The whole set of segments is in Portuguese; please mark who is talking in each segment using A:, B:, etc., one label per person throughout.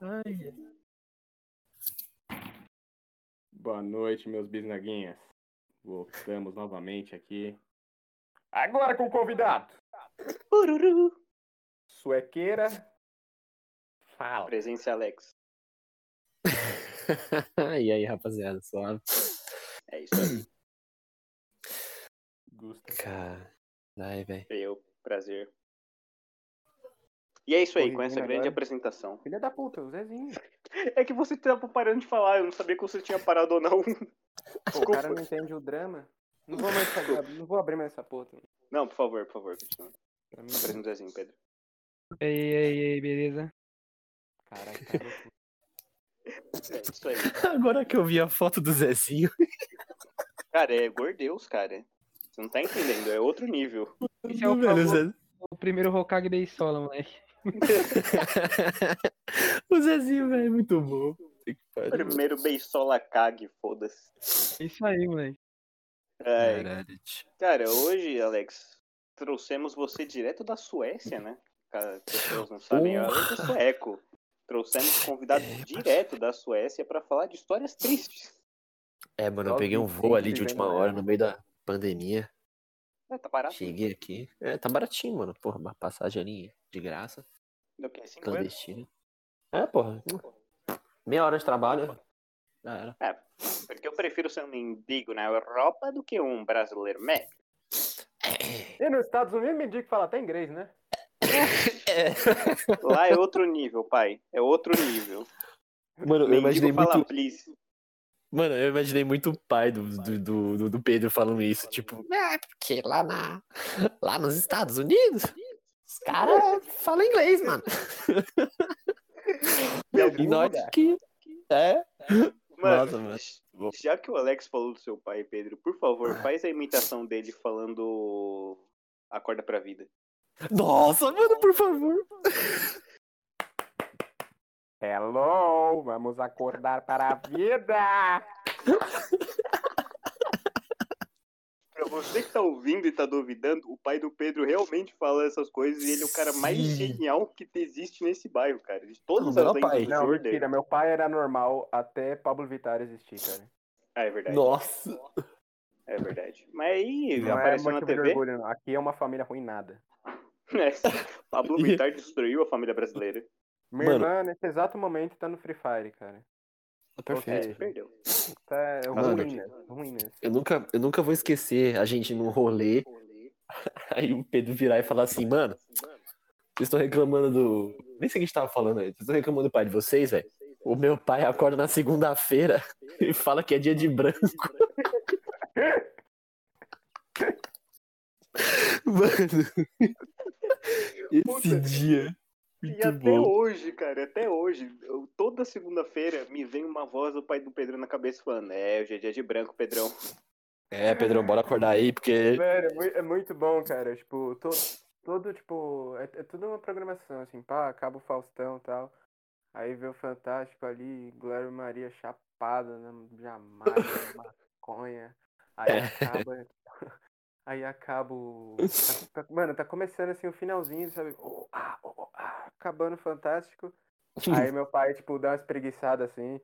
A: Ai,
B: Boa noite, meus bisnaguinhas. Voltamos novamente aqui. Agora com o convidado.
C: Ururu.
B: Suequeira. Fala.
C: Presença Alex.
D: e aí, rapaziada, suave?
C: É isso aí.
B: Gustavo.
D: Caralho, velho.
C: Eu, prazer. E é isso aí,
B: Corrigindo
C: com essa grande
B: agora.
C: apresentação.
B: Filha da puta, o Zezinho.
C: É que você tava parando de falar, eu não sabia que você tinha parado ou não.
B: Pô, o cara não entende o drama. Não vou mais saber, não vou abrir mais essa porta.
C: Não, por favor, por favor, continua.
B: Pra mim,
C: Apresenta assim, Pedro.
E: Ei, ei, ei, beleza?
B: Caralho, tá louco.
C: É isso aí.
D: Agora que eu vi a foto do Zezinho.
C: Cara, é gordeus, cara. Você não tá entendendo, é outro nível.
E: Esse é o
D: velho, o,
E: famoso-
D: Zez-
E: O primeiro Hokage da Isola, moleque.
D: o Zezinho, velho, é muito bom. Puta que pariu.
C: Primeiro beisola cague, foda-se.
E: É isso aí, moleque.
C: Ai,
D: Caralho, tio.
C: cara, hoje, Alex, trouxemos você direto da Suécia, né? Cara, que as pessoas não sabem, eu Alex é sueco. Trouxemos convidado direto da Suécia pra falar de histórias tristes.
D: É, mano,
B: Só
D: eu peguei um
B: que
D: voo ali
B: sempre
D: de última
B: vem,
D: hora
B: né?
D: no meio da pandemia.
C: É, tá barato.
D: Cheguei aqui. É, tá baratinho, mano. Porra, uma passagem ali de graça,
C: Deu o quê? 50?
D: clandestina. É, porra. Meia hora de trabalho. Já era.
C: Porque eu prefiro ser um mendigo na Europa do que um brasileiro médio.
B: E nos Estados Unidos, me diga que fala até inglês, né?
C: Lá é outro nível, pai. É outro nível.
D: Mano, eu imaginei
C: Mendigo fala
D: muito.
C: please.
D: Mano, eu imaginei muito o pai do, do, do, do- do Pedro falando isso, tipo, é, porque lá, na, lá nos Estados Unidos, os caras falam inglês, mano. E nós que. É,
C: Mano,
D: Nossa, mano. Bom.
C: já que o Alex falou do seu pai, Pedro, por favor,
D: Ah.
C: faz a imitação dele falando Acorda pra vida.
D: Nossa, mano, por favor.
B: Hello, vamos acordar para a vida.
C: Pra você que tá ouvindo e tá duvidando, o pai do Pedro realmente fala essas coisas e ele é o cara mais
D: Sim.
C: genial que existe nesse bairro, cara. De todas
D: Não,
C: as lendas
D: pai.
C: do
B: Não,
C: Jordan.
B: mentira, né? meu pai era normal até Pablo Vittar existir, cara.
C: Ah, é verdade.
D: Nossa.
C: É verdade. Mas aí
B: Não é
C: apareceu na
B: motivo de
C: TV.
B: orgulho, não. Aqui é uma família arruinada.
C: né? Pablo Vittar destruiu a família brasileira.
B: Minha
D: Mano.
B: irmã, nesse exato momento, tá no Free Fire, cara.
D: Perfeito.
B: Ok.
C: Perdeu.
B: Tá
D: Mano.
B: ruínas, ruínas.
D: Eu nunca, eu nunca vou esquecer a gente num rolê, aí o Pedro virar e falar assim, mano, vocês estão reclamando do. Nem sei o que a gente tava falando aí, vocês estão reclamando do pai de vocês, velho. O meu pai acorda na segunda-feira e fala que é dia de branco. Mano. Esse
C: Puta.
D: dia.
C: E
D: Muito
C: até
D: bom.
C: hoje, cara, até hoje, eu- toda segunda-feira me vem uma voz do pai do Pedrão na cabeça falando: É, hoje é dia de branco, Pedrão.
D: É, Pedrão, bora acordar aí, porque.
B: Velho, é mui- é muito bom, cara. Tipo, to, todo, tipo, é, é tudo uma programação, assim, pá, acaba o Faustão e tal. Aí vê o Fantástico ali, Glória Maria chapada, né? Jamais, né, maconha. Aí acaba. Aí acaba o. tá- tá- mano, tá começando assim o finalzinho, sabe? Oh, ah, oh, oh, ah, acabando o Fantástico. Aí meu pai, tipo, dá uma espreguiçada assim.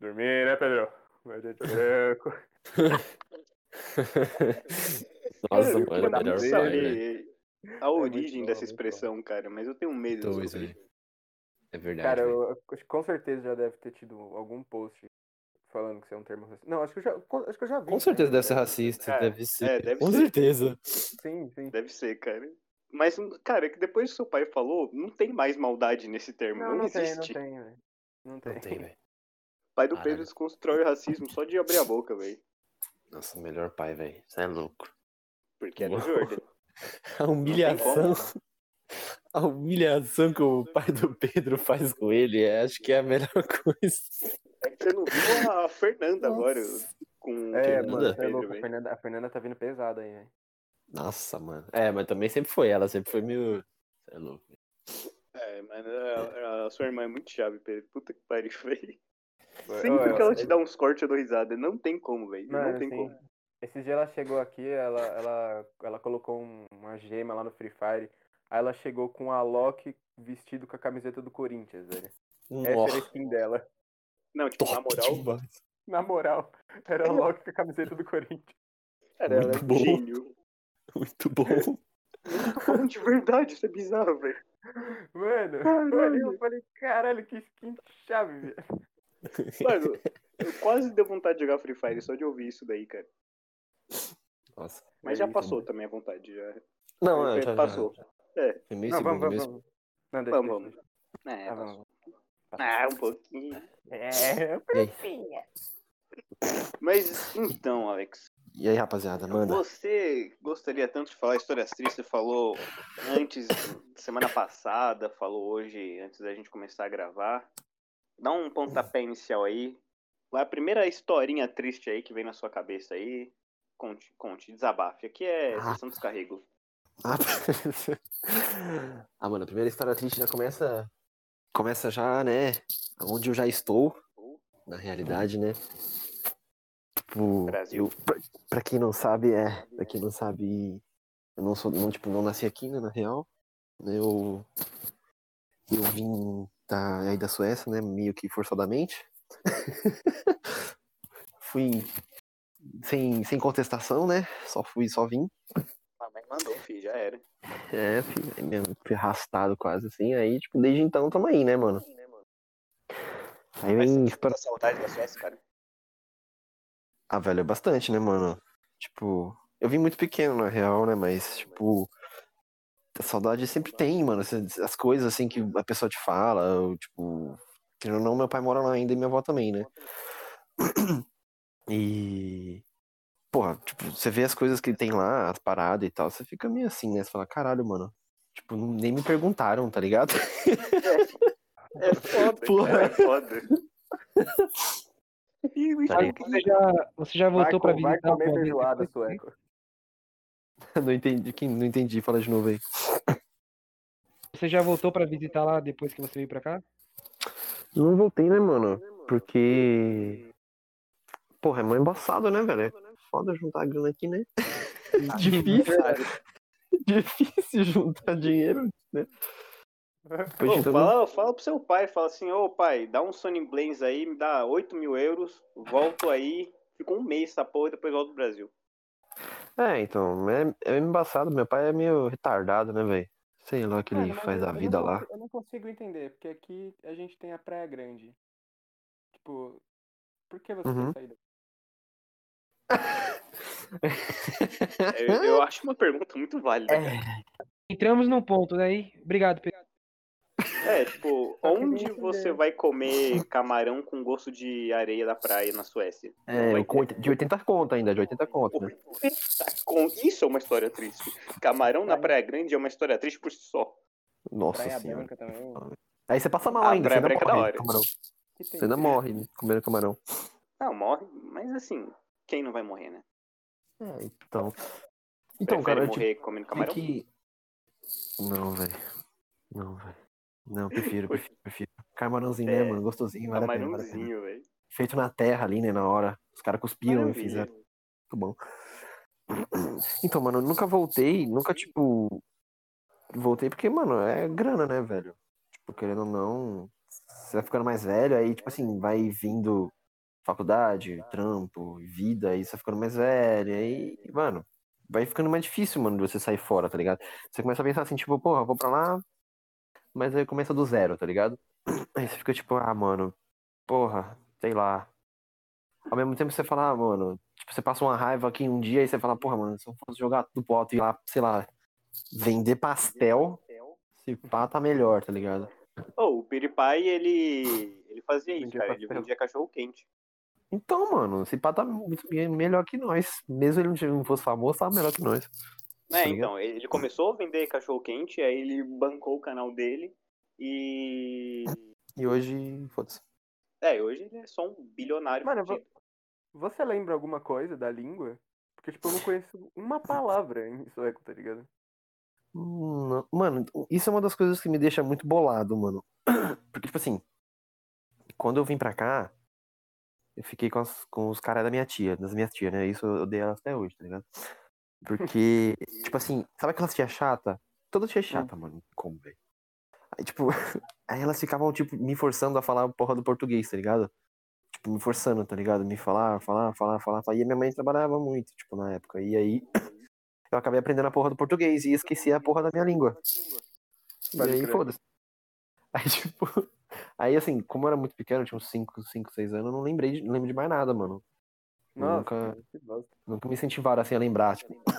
B: Dormir, né, Pedro? Vai de branco.
D: Nossa,
C: Eu
D: mano, é o
C: não
D: melhor
C: sei
D: pai, velho.
C: a origem
B: bom,
C: dessa
B: muito
C: expressão, cara, mas eu tenho medo
D: Dois,
C: disso.
D: velho. É verdade.
B: Cara,
D: velho.
B: eu, eu acho que com certeza já deve ter tido algum post falando que isso é um termo racista. Não, acho que eu já, co- acho que eu já vi. né,
D: Com certeza
B: cara.
D: deve ser racista,
C: É,
D: deve ser.
C: é, deve
D: Com
C: ser.
D: certeza.
B: Sim, sim.
C: Deve ser, cara. Mas, cara, é que depois que seu pai falou, não tem mais maldade nesse termo.
B: Não,
C: Não,
B: não, tem, não
C: existe.
B: tem, velho. Não tem.
D: Não tem, velho.
C: pai do
D: Caralho.
C: Pedro desconstrói o racismo só de abrir a boca, velho.
D: Nossa, o melhor pai, velho. Você é louco.
C: Porque é do
D: Uou.
C: Jordan.
D: A humilhação. A humilhação que o pai do Pedro faz com ele, é, acho que é a melhor coisa.
C: É que você não viu a Fernanda agora
D: Nossa.
C: com
B: É,
C: com o
B: mano, você é
C: Pedro,
B: louco. A
C: velho.
B: Fernanda, a Fernanda tá vindo pesada aí, velho.
D: Nossa, mano. É, mas também sempre foi ela, sempre foi meio. Você é louco.
C: É, mano, a, a sua irmã é muito chave, Pedro. Puta que pariu, velho.
B: Ué,
C: Sempre que ela te dá uns cortes, eu dou risada. Não tem como, velho. Não
B: Mano,
C: tem
B: assim,
C: como.
B: Esses dias ela chegou aqui, ela, ela, ela colocou um- uma gema lá no Free Fire. Aí ela chegou com a Loki vestido com a camiseta do Corinthians, velho. Essa era a
D: Nossa,
B: skin dela.
C: Não, tipo, na
D: top
C: moral,
D: demais.
B: Na moral, era o Loki com a camiseta do Corinthians.
C: cara, ela é
D: Muito
C: um
D: bom.
C: gênio.
D: Muito bom.
C: Eu tô falando de verdade, isso é bizarro, velho.
B: Mano, eu olhei, eu falei, caralho, que skin chave, velho.
C: Mano, eu quase deu vontade de jogar Free Fire só de ouvir isso daí, cara.
D: Nossa.
C: Mas
B: É
C: já
B: isso,
C: passou também a vontade, já.
D: Não,
C: Foi-
D: não, já, já,
C: passou.
D: já.
C: É.
D: Foi meio
B: Não,
D: segundo
B: vamos, vamos,
D: mesmo.
B: vamos. Não, deixa,
C: Vamos,
B: deixa,
C: vamos. É,
B: deixa. Ah,
C: passou.
B: vamos. Passa.
C: Ah, um pouquinho.
B: É,
D: E aí?
C: Mas então, Alex,
D: E aí, rapaziada, manda.
C: você gostaria tanto de falar histórias tristes, você falou antes, semana passada, falou hoje, antes da gente começar a gravar. Dá um pontapé inicial aí. Vai a primeira historinha triste aí que vem na sua cabeça aí. Conte, conte, desabafe. Aqui é
D: Ah.
C: sessão descarrego.
D: Ah, ah, mano, a primeira história triste já começa. Começa já, né? Onde eu já estou, na realidade, né? Tipo,
C: Brasil.
D: eu- pra, pra quem não sabe, é. Pra quem não sabe, eu não sou. Não, tipo, não nasci aqui, né? Na real. né, Eu. Eu vim da, aí da Suécia, né? Meio que forçadamente. fui. Sem, sem contestação, né? Só fui, só vim.
C: Ah, mas mandou, filho, já era.
D: É, fui- aí mesmo, fui arrastado quase assim. Aí, tipo, desde então tamo aí, né, mano? Aí
C: Mas
D: vem. tipo,
C: você tá com saudade da Suécia, cara.
D: Ah, velho, é bastante, né, mano? Tipo, eu vim muito pequeno, na real, né? Mas, tipo. A saudade sempre tem, mano. Essas- As coisas assim que a pessoa te fala, ou, tipo. Querendo ou não, meu pai mora lá ainda e minha avó também, né? E. Porra, tipo, você vê as coisas que tem lá, as paradas e tal, você fica meio assim, né? Você fala, caralho, mano. Tipo, nem me perguntaram, tá ligado?
C: É foda,
D: Porra.
C: cara, é foda.
D: Né, Tá ligado?
E: Você já, você já voltou pra
B: vai, vai
E: visitar
B: comer
E: alguma vez
B: feijoada,
E: depois?
B: sueco.
D: Não entendi, quem não entendi, fala de novo aí.
E: Você já voltou pra visitar lá depois que você veio pra cá?
D: Não voltei, né, mano? Porque. Porra, é mó embaçado, né, velho? É foda juntar grana aqui, né? Difícil. Difícil juntar dinheiro, né? Depois
C: Pô,
D: de todo-
C: fala, fala pro seu pai, fala assim, ô pai, dá um Sony Blaze aí, me dá 8 mil euros, volto aí, fico um mês essa porra e depois volto pro Brasil.
D: É, então, é, é embaçado. Meu pai é meio retardado, né, velho? Sei lá o que ele
B: Mano, mas
D: faz
B: eu-
D: da
B: eu não
D: vida
B: consi-
D: lá.
B: Eu não consigo entender, porque aqui a gente tem a Praia Grande. Tipo, por que você
D: Uhum.
B: quer sair daqui?
C: Eu, eu acho uma pergunta muito válida,
D: É.
C: cara.
E: Entramos num ponto, daí. Obrigado, Pedro.
C: É, tipo,
B: Só que
C: onde
B: nem
C: você
B: entender.
C: vai comer camarão com gosto de areia da praia na Suécia?
D: É, com oit- de 80 conto ainda, de 80 conto, né?
C: Tá, com- Isso é uma história triste. Camarão na Praia Grande é uma história triste por si só.
D: Nossa
B: Praia
D: senhora.
B: Branca também.
D: Aí você passa mal
C: Ah,
D: ainda, você
C: Praia
D: ainda
C: Branca é da
D: morre.
C: hora.
D: camarão.
B: Que tem
D: Você ainda
B: isso?
D: morre comendo camarão.
C: Não, morre, mas assim, quem não vai morrer, né?
D: É, então. Então,
C: Prefere
D: cara, eu
C: morrer comendo
D: tive
C: camarão?
D: que. Não, velho. Não, velho. Não, prefiro, prefiro, prefiro. Camarãozinho, né,
C: É,
D: mano? Gostosinho, vale a pena, vale a pena.
C: Camarãozinho, velho.
D: Feito na terra ali, né, na hora. Os caras cuspiram e
C: Maravilha.
D: fizeram. Muito bom. Então, mano, eu nunca voltei, nunca, tipo. Voltei porque, mano, é grana, né, velho? Tipo, querendo ou não, você vai ficando mais velho, aí, tipo assim, vai vindo faculdade, trampo, vida, aí você vai ficando mais velho, aí, mano, vai ficando mais difícil, mano, de você sair fora, tá ligado? Você começa a pensar assim, tipo, porra, vou pra lá, mas aí começa do zero, tá ligado? Aí você fica tipo, ah, mano, porra, sei lá. Ao mesmo tempo você fala, ah, mano, tipo, você passa uma raiva aqui um dia e você fala, porra, mano, se eu fosse jogar tudo pro alto e ir lá, sei lá, vender pastel, se pá tá melhor, tá ligado?
C: Oh, o Piripai, ele, ele fazia isso,
B: Vendia
C: cara. Ele
B: pastel.
C: vendia cachorro quente.
D: Então, mano, esse pá tá muito me- melhor que nós. Mesmo ele não tivesse- não fosse famoso, tá melhor que nós.
C: Né,
D: Tá ligado?
C: então, ele ele começou a vender cachorro quente, aí ele bancou o canal dele e.
D: E hoje, foda-se.
C: É, hoje ele é só um bilionário.
B: Mano, eu
C: fudido.
B: Você lembra alguma coisa da língua? Porque, tipo, eu não conheço uma palavra em sueco, tá ligado?
D: Hum, não. Mano, isso é uma das coisas que me deixa muito bolado, mano. Porque, tipo assim, quando eu vim pra cá, eu fiquei com, as- com os caras da minha tia, das minhas tias, né? Isso eu odeio elas até hoje, tá ligado?
B: Hum.
D: Porque, tipo assim, sabe aquelas tia chata? Toda tia é chata, mano. Como, velho? Aí, tipo, aí elas ficavam, tipo, me forçando a falar a porra do português, tá ligado? Tipo, me forçando, tá ligado? Me falar, falar, falar, falar. falar. E a minha mãe trabalhava muito, tipo, na época. E aí eu acabei aprendendo a porra do português e esqueci a porra da minha língua. E
B: Pode
D: aí,
B: crer.
D: foda-se. Aí, tipo. Aí, assim, como eu era muito pequeno, eu tinha uns 5, 5, 6 anos, eu não lembrei de, não lembro de mais nada, mano.
B: Nossa,
D: Nunca-
B: cara, que bosta.
D: Nunca me incentivaram, assim, a lembrar, tipo. Tá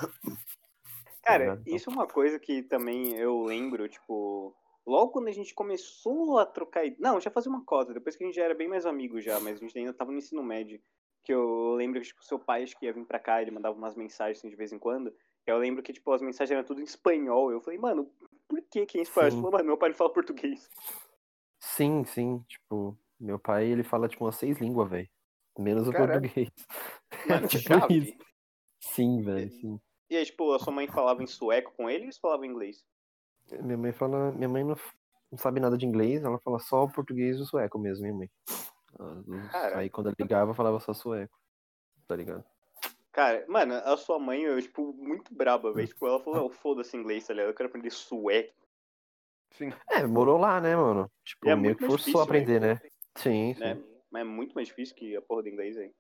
C: Cara,
D: ligado?
C: isso é uma coisa que também eu lembro, tipo, logo quando a gente começou a trocar. ide- Não, já fazia uma cota, depois que a gente já era bem mais amigo já, mas a gente ainda tava no ensino médio. Que eu lembro que, tipo, seu pai acho que ia vir pra cá, ele mandava umas mensagens assim, de vez em quando. Eu lembro que, tipo, as mensagens eram tudo em espanhol. Eu falei, mano, por que que é em espanhol? Ele
D: Sim.
C: falou, mano, meu pai não fala português.
D: Sim, sim, tipo, meu pai, ele fala, tipo, umas seis línguas, velho. Menos o
B: Caralho.
D: português.
C: Mano,
D: Tipo isso.
C: chave.
D: Sim, velho, sim.
C: E aí, tipo, a sua mãe falava em sueco com ele ou eles falavam em inglês?
D: eh, Minha mãe fala. Minha mãe não, f- não sabe nada de inglês, ela fala só o português e o sueco mesmo, minha mãe. Ah, os-
C: Cara.
D: Aí quando eu ligava, eu falava só sueco. Tá ligado?
C: Cara, mano, a sua mãe, eu, tipo, muito braba,
D: Hum.
C: velho. Tipo, ela falou, não, foda-se inglês, tá ligado? Eu quero aprender sueco.
B: Sim.
D: É, morou lá, né, mano? Tipo,
C: E é
D: meio
C: muito
D: que
C: mais
D: forçou
C: difícil,
D: a aprender, né? Sim, sim.
C: né? Mas é muito mais difícil que a porra do inglês aí.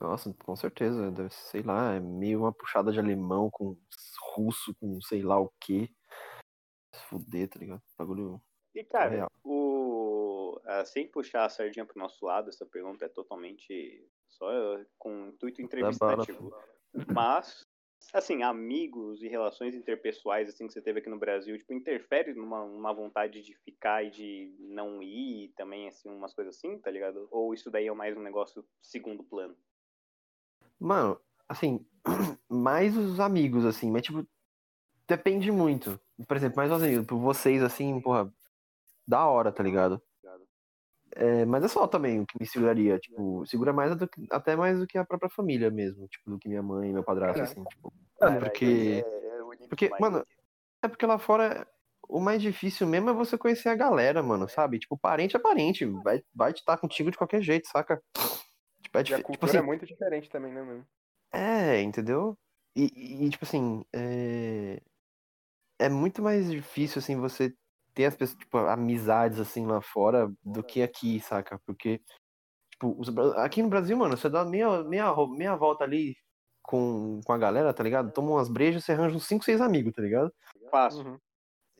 D: Nossa, com certeza. Deve, ser, sei lá, é meio uma puxada de alemão com russo, com sei lá o quê. Se fuder, tá ligado? Bagulho
C: E, cara,
D: real.
C: o... ah, sem puxar a sardinha pro nosso lado, essa pergunta é totalmente só eh, com intuito entrevistativo. Mas, assim, amigos e relações interpessoais, assim, que você teve aqui no Brasil, tipo, interfere numa numa vontade de ficar e de não ir, também, assim, umas coisas assim, tá ligado? Ou isso daí é mais um negócio segundo plano?
D: Mano, assim, mais os amigos, assim, mas tipo, depende muito. Por exemplo, mais os amigos, por vocês, assim, porra, da hora, tá ligado? É, mas é só também o que me seguraria, tipo, segura mais do que- até mais do que a própria família mesmo, tipo, do que minha mãe, meu padrasto,
E: Caraca.
D: assim, tipo.
B: É,
C: É,
E: Mano,
D: porque- Porque, mano, é porque lá fora o mais difícil mesmo é você conhecer a galera, mano, sabe? Tipo, parente é parente, vai, vai te estar contigo de qualquer jeito, saca? Tipo, é
B: E a
D: difí- tipo
B: cultura
D: assim,
B: é muito diferente também, né, mano?
D: É, entendeu? E- E, e, tipo assim, é... é muito mais difícil assim você ter as pessoas, tipo, amizades assim lá fora do que aqui, saca? Porque tipo, os bra- aqui no Brasil, mano, você dá meia, meia, ro- meia volta ali com, com a galera, tá ligado? Toma umas brejas, você arranja uns 5, 6 amigos, tá ligado?
C: Fácil.
B: Uhum.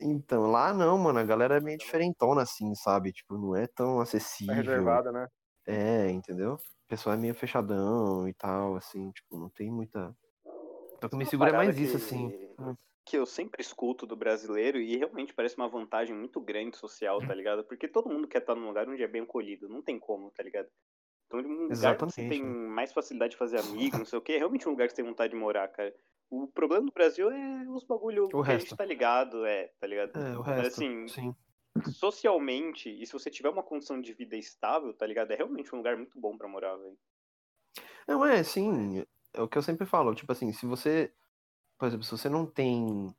D: Então, lá não, mano, a galera é meio diferentona assim, sabe? Tipo, não é tão
B: Tá
D: acessível.
B: reservada, né?
D: É, entendeu? O pessoal é meio fechadão e tal, assim, tipo, não tem muita. Então o que me
C: Uma
D: segura é
C: parada
D: mais isso,
C: que-
D: assim.
C: Que eu sempre escuto do brasileiro e realmente parece uma vantagem muito grande social,
D: Uhum.
C: tá ligado? Porque todo mundo quer estar num lugar onde é bem acolhido, não tem como, tá ligado? Então, um lugar que você
D: Exatamente,
C: tem
D: né?
C: mais facilidade de fazer amigo, não sei o quê, é realmente um lugar que você tem vontade de morar, cara. O problema do Brasil é os bagulho que a gente
D: resto.
C: tá ligado, é, tá ligado?
D: É, o
C: Mas,
D: resto.
C: assim,
D: Sim.
C: socialmente, e se você tiver uma condição de vida estável, tá ligado? É realmente um lugar muito bom pra morar, velho.
D: Não, é, sim. É o que eu sempre falo. Tipo assim, se você. Por exemplo, se você não tem.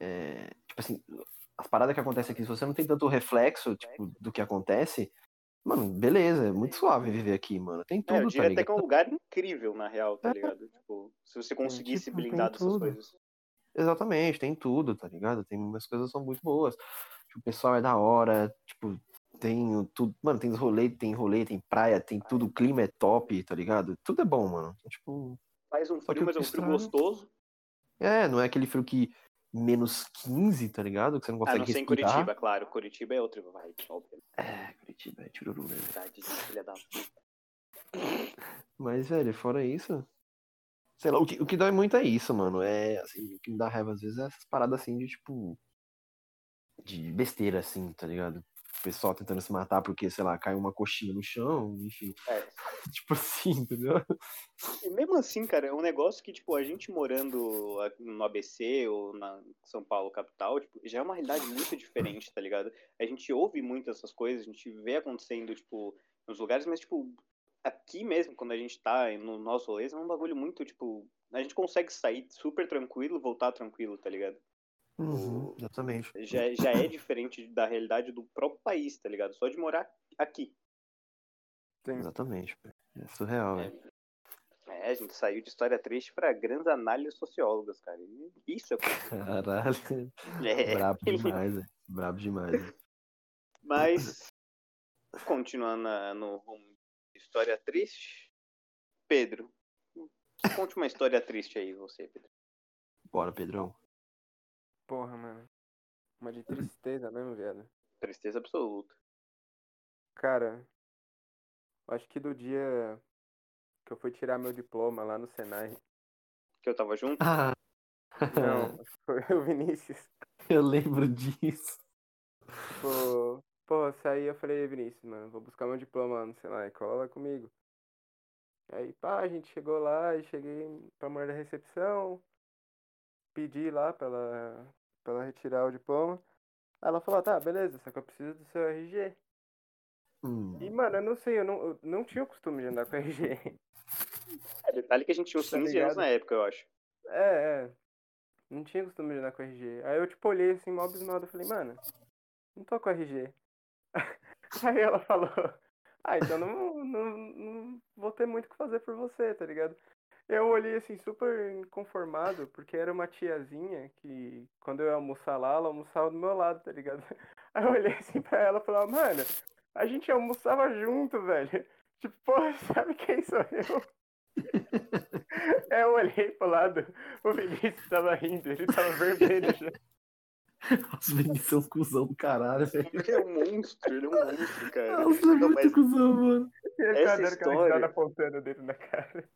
D: é, tipo assim, as paradas que acontecem aqui, se você não tem tanto reflexo, tipo, do que acontece, mano, beleza, é muito suave viver aqui, mano. Tem
C: É, eu
D: tudo, tá
C: diria até que é
D: ligado?
C: um lugar incrível, na real, tá
D: É.
C: ligado? Tipo, se você conseguisse
D: tipo, tem
C: blindar dessas
D: tudo.
C: coisas.
D: Exatamente, tem tudo, tá ligado? Tem umas coisas que são muito boas. Tipo, o pessoal é da hora, tipo, tem o tudo. Mano, tem os rolê, tem rolê, tem praia, tem tudo, o clima é top, tá ligado? Tudo é bom, mano. Tipo,
C: Faz um
D: Só que
C: frio,
D: o
C: mas é um
D: que
C: frio
D: estraga-
C: gostoso.
D: é, não é aquele frio que menos 15, tá ligado? Que você não
C: A
D: consegue
C: Ah, não ser em
D: respirar.
C: Curitiba, claro. Curitiba é outra vibe, óbvio.
D: É, Curitiba, é tiruru, né?
C: Cidade de filha da puta.
D: Mas, velho, fora isso. Sei lá, o que, o que dói muito é isso, mano. É, assim, o que me dá raiva às vezes é essas paradas assim de tipo. De besteira, assim, tá ligado? O pessoal tentando se matar porque, sei lá, caiu uma coxinha no chão, enfim.
C: É.
D: Tipo assim, entendeu?
C: E mesmo assim, cara, é um negócio que, tipo, a gente morando aqui no ABC ou na São Paulo capital, tipo, já é uma realidade muito diferente, tá ligado? A gente ouve muito essas coisas, a gente vê acontecendo, tipo, nos lugares, mas, tipo, aqui mesmo, quando a gente tá no nosso rolê, é um bagulho muito, tipo, a gente consegue sair super tranquilo, voltar tranquilo, tá ligado? Uhum,
D: exatamente.
C: já, já é diferente da realidade do próprio país, tá ligado? Só de morar aqui.
B: Sim.
D: Exatamente. velho. É surreal,
C: É.
D: velho.
C: É, a gente saiu de história triste pra grandes análises sociólogas, cara. E Isso é.
D: Caralho.
C: é...
D: Brabo demais, velho. Brabo demais. né?
C: Mas, continuando na- no rumo de história triste, Pedro, conte uma história triste aí, você, Pedro.
D: Bora, Pedrão.
B: Porra, mano. Uma de tristeza mesmo, viado.
C: Tristeza absoluta.
B: Cara, eu acho que do dia que eu fui tirar meu diploma lá no Senai.
C: Que eu tava junto?
D: Ah,
B: Não, foi o Vinícius.
D: eu lembro disso.
B: Tipo, pô, eu saí, eu falei, Vinícius, mano, vou buscar meu diploma lá no Senai, cola lá comigo. Aí, pá, a gente chegou lá e cheguei pra mulher da recepção, pedi lá pra ela, pra ela retirar o diploma. Aí ela falou, tá, beleza, só que eu preciso do seu RG.
D: Hum.
B: E, mano, eu não sei, eu não, eu não tinha o costume de andar com RG.
C: É, detalhe que a gente tinha uns
B: Tá
C: 15 anos
B: ligado?
C: na época, eu acho.
B: É, é. Não tinha costume de andar com RG. Aí eu, tipo, olhei assim, mó abismado. Eu falei, mano, não tô com RG. Aí ela falou, ah, então não, não, não vou ter muito o que fazer por você, tá ligado? Eu olhei assim, super inconformado, porque era uma tiazinha que, quando eu ia almoçar lá, ela almoçava do meu lado, tá ligado? Aí eu olhei assim pra ela e falava, mano, a gente almoçava junto, velho. Tipo, porra, sabe quem sou eu? Aí eu olhei pro lado, o Vinícius tava rindo, ele tava vermelho já.
D: Nossa, o Vinícius é um cuzão do caralho, velho.
C: Ele é um monstro, ele é um monstro, cara.
D: Nossa, é
C: Não,
D: muito
C: mas
D: cuzão, mano.
B: Ele
C: Essa
B: tava dando aquela
C: história-
B: risada apontando dele na cara.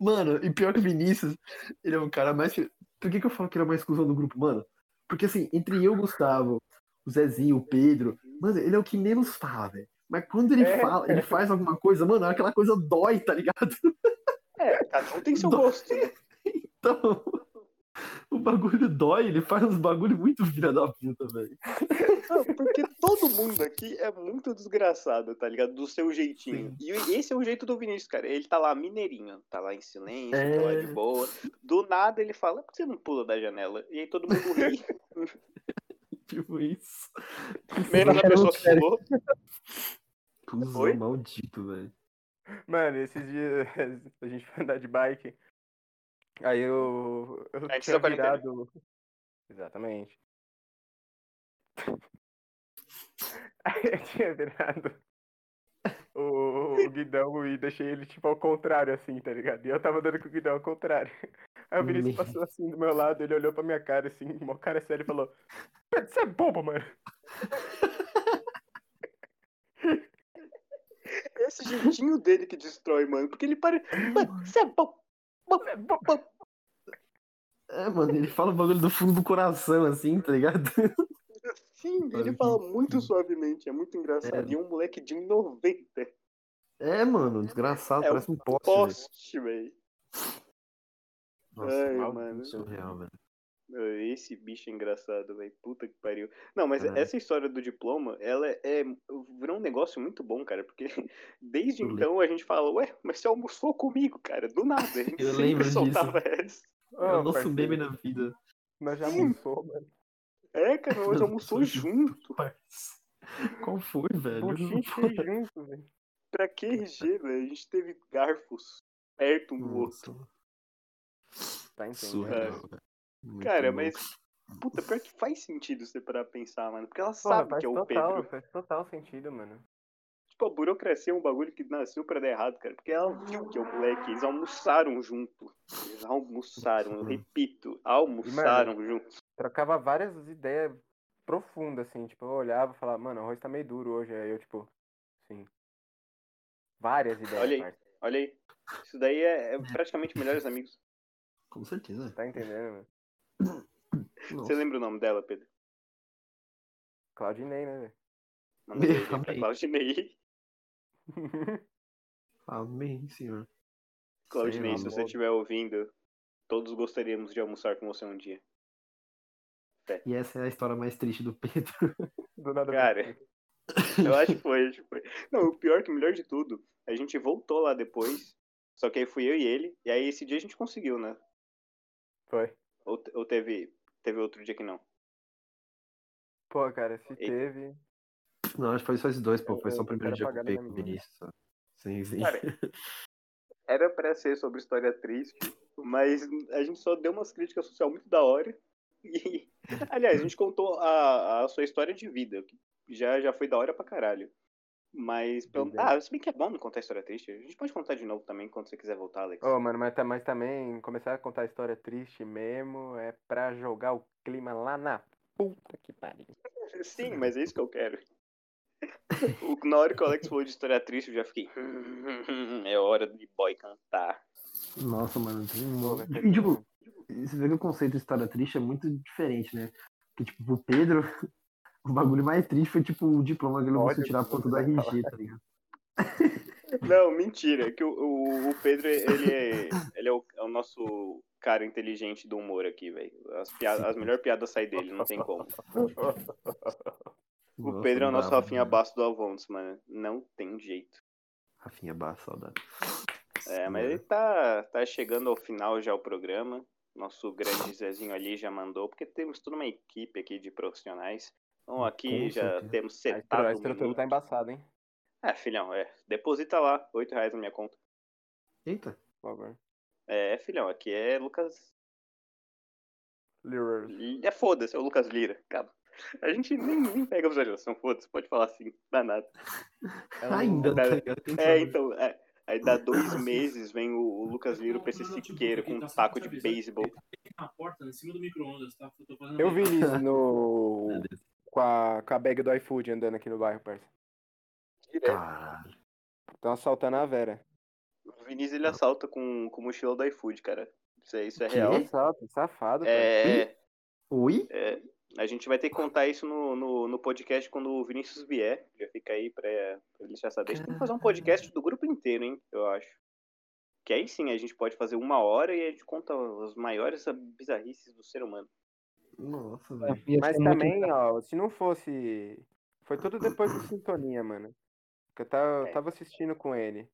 D: Mano, e pior que o Vinícius, ele é um cara mais. Por que, que eu falo que ele é o mais cuzão do grupo, mano? Porque assim, entre eu, o Gustavo, o Zezinho, o Pedro, mano, ele é o que menos fala, velho. Mas quando ele
B: É.
D: fala, ele faz alguma coisa, mano, aquela coisa dói, tá ligado?
C: é, cada um tem seu gosto, né?
D: Então, o bagulho dói, ele faz uns bagulho muito filha da puta, velho.
C: Não, porque todo mundo aqui é muito desgraçado, tá ligado? Do seu jeitinho. E esse é o jeito do Vinícius, cara. Ele tá lá mineirinho, tá lá em silêncio,
D: É.
C: tá lá de boa. Do nada ele fala, por que você não pula da janela? E aí todo mundo ri,
D: Tipo isso. é
C: menos a pessoa que
E: sério.
C: pulou.
D: Cusão
C: Oi?
D: um maldito, velho.
B: Mano, esses dias a gente foi andar de bike. Aí eu. Eu
C: Antes
B: tinha
C: da quarentena.
B: virado. Exatamente. Aí eu tinha virado o, o guidão e deixei ele tipo ao contrário, assim, tá ligado? E eu tava andando com o guidão ao contrário. Aí o Vinícius
D: Meu.
B: passou assim do meu lado, ele olhou pra minha cara, assim, com uma cara séria e falou: "Pedro, Você é bobo, mano.
C: Esse jeitinho dele que destrói, mano. Porque ele para. Mano, você é bom.
B: Você é bobo.
D: É, mano, ele fala o bagulho do fundo do coração, assim, tá ligado?
C: Sim, ele fala muito suavemente, é muito engraçado.
D: É.
C: E é um moleque de 90.
D: É, mano, desgraçado,
C: É,
D: parece um poste. velho.
C: Poste, velho.
D: Nossa, é
C: Ai,
D: mal
C: é, mano.
D: surreal, velho.
C: Esse bicho é engraçado, velho. Puta que pariu. Não, mas
D: É.
C: essa história do diploma, ela é. Virou um negócio muito bom, cara. Porque desde
D: Eu lembro.
C: então a gente fala, ué, mas você almoçou comigo, cara. Do nada. A gente
D: Eu
C: sempre
D: lembro
C: soltava essa.
D: É
B: Ô,
D: o nosso
B: parceiro,
D: meme na vida.
B: Nós já almoçou, mano.
C: É, cara, nós almoçou junto.
D: parça. Qual foi, velho?
B: Bochiche junto, velho.
C: Pra que RG, velho? A gente teve garfos perto um do outro. é.
D: Nossa,
B: Tá
D: surreal, velho. Muito
C: Cara,
D: louco.
C: mas. Puta, pior que faz sentido você parar pra pensar, mano. Porque ela
B: Porra,
C: sabe
B: faz
C: que é o
B: total,
C: Pedro.
B: Faz total sentido, mano.
C: Tipo, a burocracia é um bagulho que nasceu pra dar errado, cara. Porque ela viu que é o moleque. Eles almoçaram junto. Eles almoçaram, eu repito. Almoçaram junto.
B: Trocava várias ideias profundas, assim. Tipo, eu olhava e falava, mano, o arroz tá meio duro hoje. Aí eu, tipo, sim. Várias ideias,
C: Olha aí.
B: parça,
C: Olha aí. Isso daí é, é praticamente melhores amigos.
D: Com certeza.
B: Tá entendendo, mano?
D: Nossa.
C: Você lembra o nome dela, Pedro?
B: Claudinei, né, velho?
C: Manda um beijo
D: Calma
C: pra
D: aí.
C: Claudinei.
D: Amém, ah, senhor.
C: Claudinei,
D: Sei
C: se
D: lá,
C: você
D: mano.
C: estiver ouvindo, todos gostaríamos de almoçar com você um dia.
D: E essa é a história mais triste do Pedro.
B: Do nada.
C: Cara. Eu acho que foi, acho que foi. Não, o pior é que o melhor de tudo, a gente voltou lá depois. Só que aí fui eu e ele. E aí esse dia a gente conseguiu, né?
B: Foi.
C: Ou, te- ou teve, teve outro dia que não?
B: Pô, cara, se
C: Ei.
B: teve.
D: Não, acho que foi só esses dois, pô.
B: Eu-
D: Foi só
B: eu
D: o primeiro
B: quero
D: dia que
B: apagar
D: eu peguei
B: da minha
D: com o
B: memória.
D: Vinícius. só. Sim, sim.
C: Cara, Era pra ser sobre história triste, Mas a gente só deu umas críticas sociais muito da hora. E, aliás, a gente contou a, a sua história de vida. que Já, já foi da hora pra caralho. Mas, pelo... ah, se bem que é bom não contar história triste. A gente pode contar de novo também quando você quiser voltar, Alex.
B: Ô, mano, mas, ta- mas também começar a contar a história triste mesmo é pra jogar o clima lá na puta que pariu.
C: Sim, mas é isso que eu quero. O- Na hora que o Alex falou de história triste, eu já fiquei. "Hum, É hora do boy cantar.
A: Nossa, mano, tem
B: Pô,
A: um.
B: vai ter
A: E, tipo,
B: que-
A: você vê que o conceito de história triste é muito diferente, né? Porque, tipo, pro Pedro, o bagulho mais triste foi, tipo, o diploma que ele não
B: Ódio
A: conseguiu tirar
B: que
A: por conta do
B: você vai
A: RG, tá ligado?
C: Não, mentira. é Que o, o, o Pedro, ele é, ele é, o, é o nosso cara inteligente do humor aqui, velho. As, piadas- as melhores piadas saem dele, não tem como. O
A: Nossa,
C: Pedro é o nosso
A: bravo,
C: Rafinha
A: mano.
C: Basso do Avons, mano. Não tem jeito.
A: Rafinha Basso, saudade.
C: É, mas ele tá, tá chegando ao final já o programa. Nosso grande Zezinho ali já mandou, porque temos toda uma equipe aqui de profissionais. Então aqui
A: Com
C: já
A: certeza. Ah,
C: temos
B: A estru-
C: setado.
B: a
C: o
B: estrutura
C: menu.
B: tá embaçada, hein?
C: É, filhão, é. Deposita lá, 8 reais na minha conta.
A: Eita.
B: Por favor.
C: É, filhão, aqui é Lucas
B: Lirers.
C: É foda-se, é o Lucas Lira, cara. A gente nem, nem pega observação, foda-se, pode falar assim, danado. é um
A: Ainda, tá
C: dá-
A: ligado? Tem que
C: É,
A: saber.
C: então, é, aí dá dois meses, vem o, o Lucas Lira, o PC Siqueira, com um taco de beisebol.
F: na porta, né? em cima do micro-ondas, tá? Eu tô fazendo
B: Eu vi isso no. com, a, com a bag do iFood andando aqui no bairro, parça.
A: Caralho.
B: Estão assaltando a Vera.
C: O Vinícius, ele assalta com, com mochila do iFood, cara. Isso, é- isso é real.
A: Quê?
B: Assalto, safado,
C: É,
A: Oi?
C: é, a gente vai ter que contar isso no, no, no podcast quando o Vinícius vier. Já fica aí pra, pra ele já saber. A gente tem que fazer um podcast do grupo inteiro, hein, eu acho. Que aí sim, a gente pode fazer uma hora e a gente conta as maiores bizarrices do ser humano.
A: Nossa, velho.
E: Ia
B: Mas
E: ser
C: é
E: muito
B: também, ó, se não fosse. Foi tudo depois do Sintonia, mano. Que eu tava, eu
C: É.
B: tava assistindo com ele.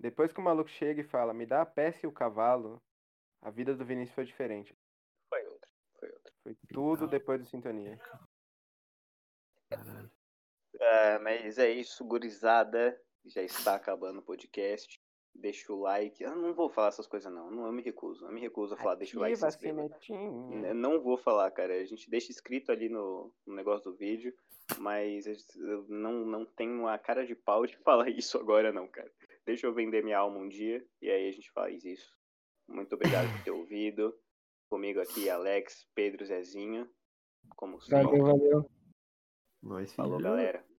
B: Depois que o maluco chega e fala, me dá a peça e o cavalo, a vida do Vinícius foi diferente.
C: Foi outra, foi outra.
B: Foi tudo depois do Sintonia.
C: Ah, mas é isso, gurizada. Já está acabando o podcast. Deixa o like. Eu não vou falar essas coisas, não. não eu me recuso. Eu me recuso a falar, deixa o like. Se Né?
B: Ativa a
C: inscreva.
B: sinetinha.
C: Eu não vou falar, cara. A gente deixa escrito ali no, no negócio do vídeo, mas eu não, não tenho a cara de pau de falar isso agora, não, cara. Deixa eu vender minha alma um dia e aí a gente faz isso. Muito obrigado por ter ouvido. Comigo aqui, Alex, Pedro, Zezinho. Como sempre.
E: Valeu, valeu.
A: Nós,
C: Falou,
A: filho.
C: galera.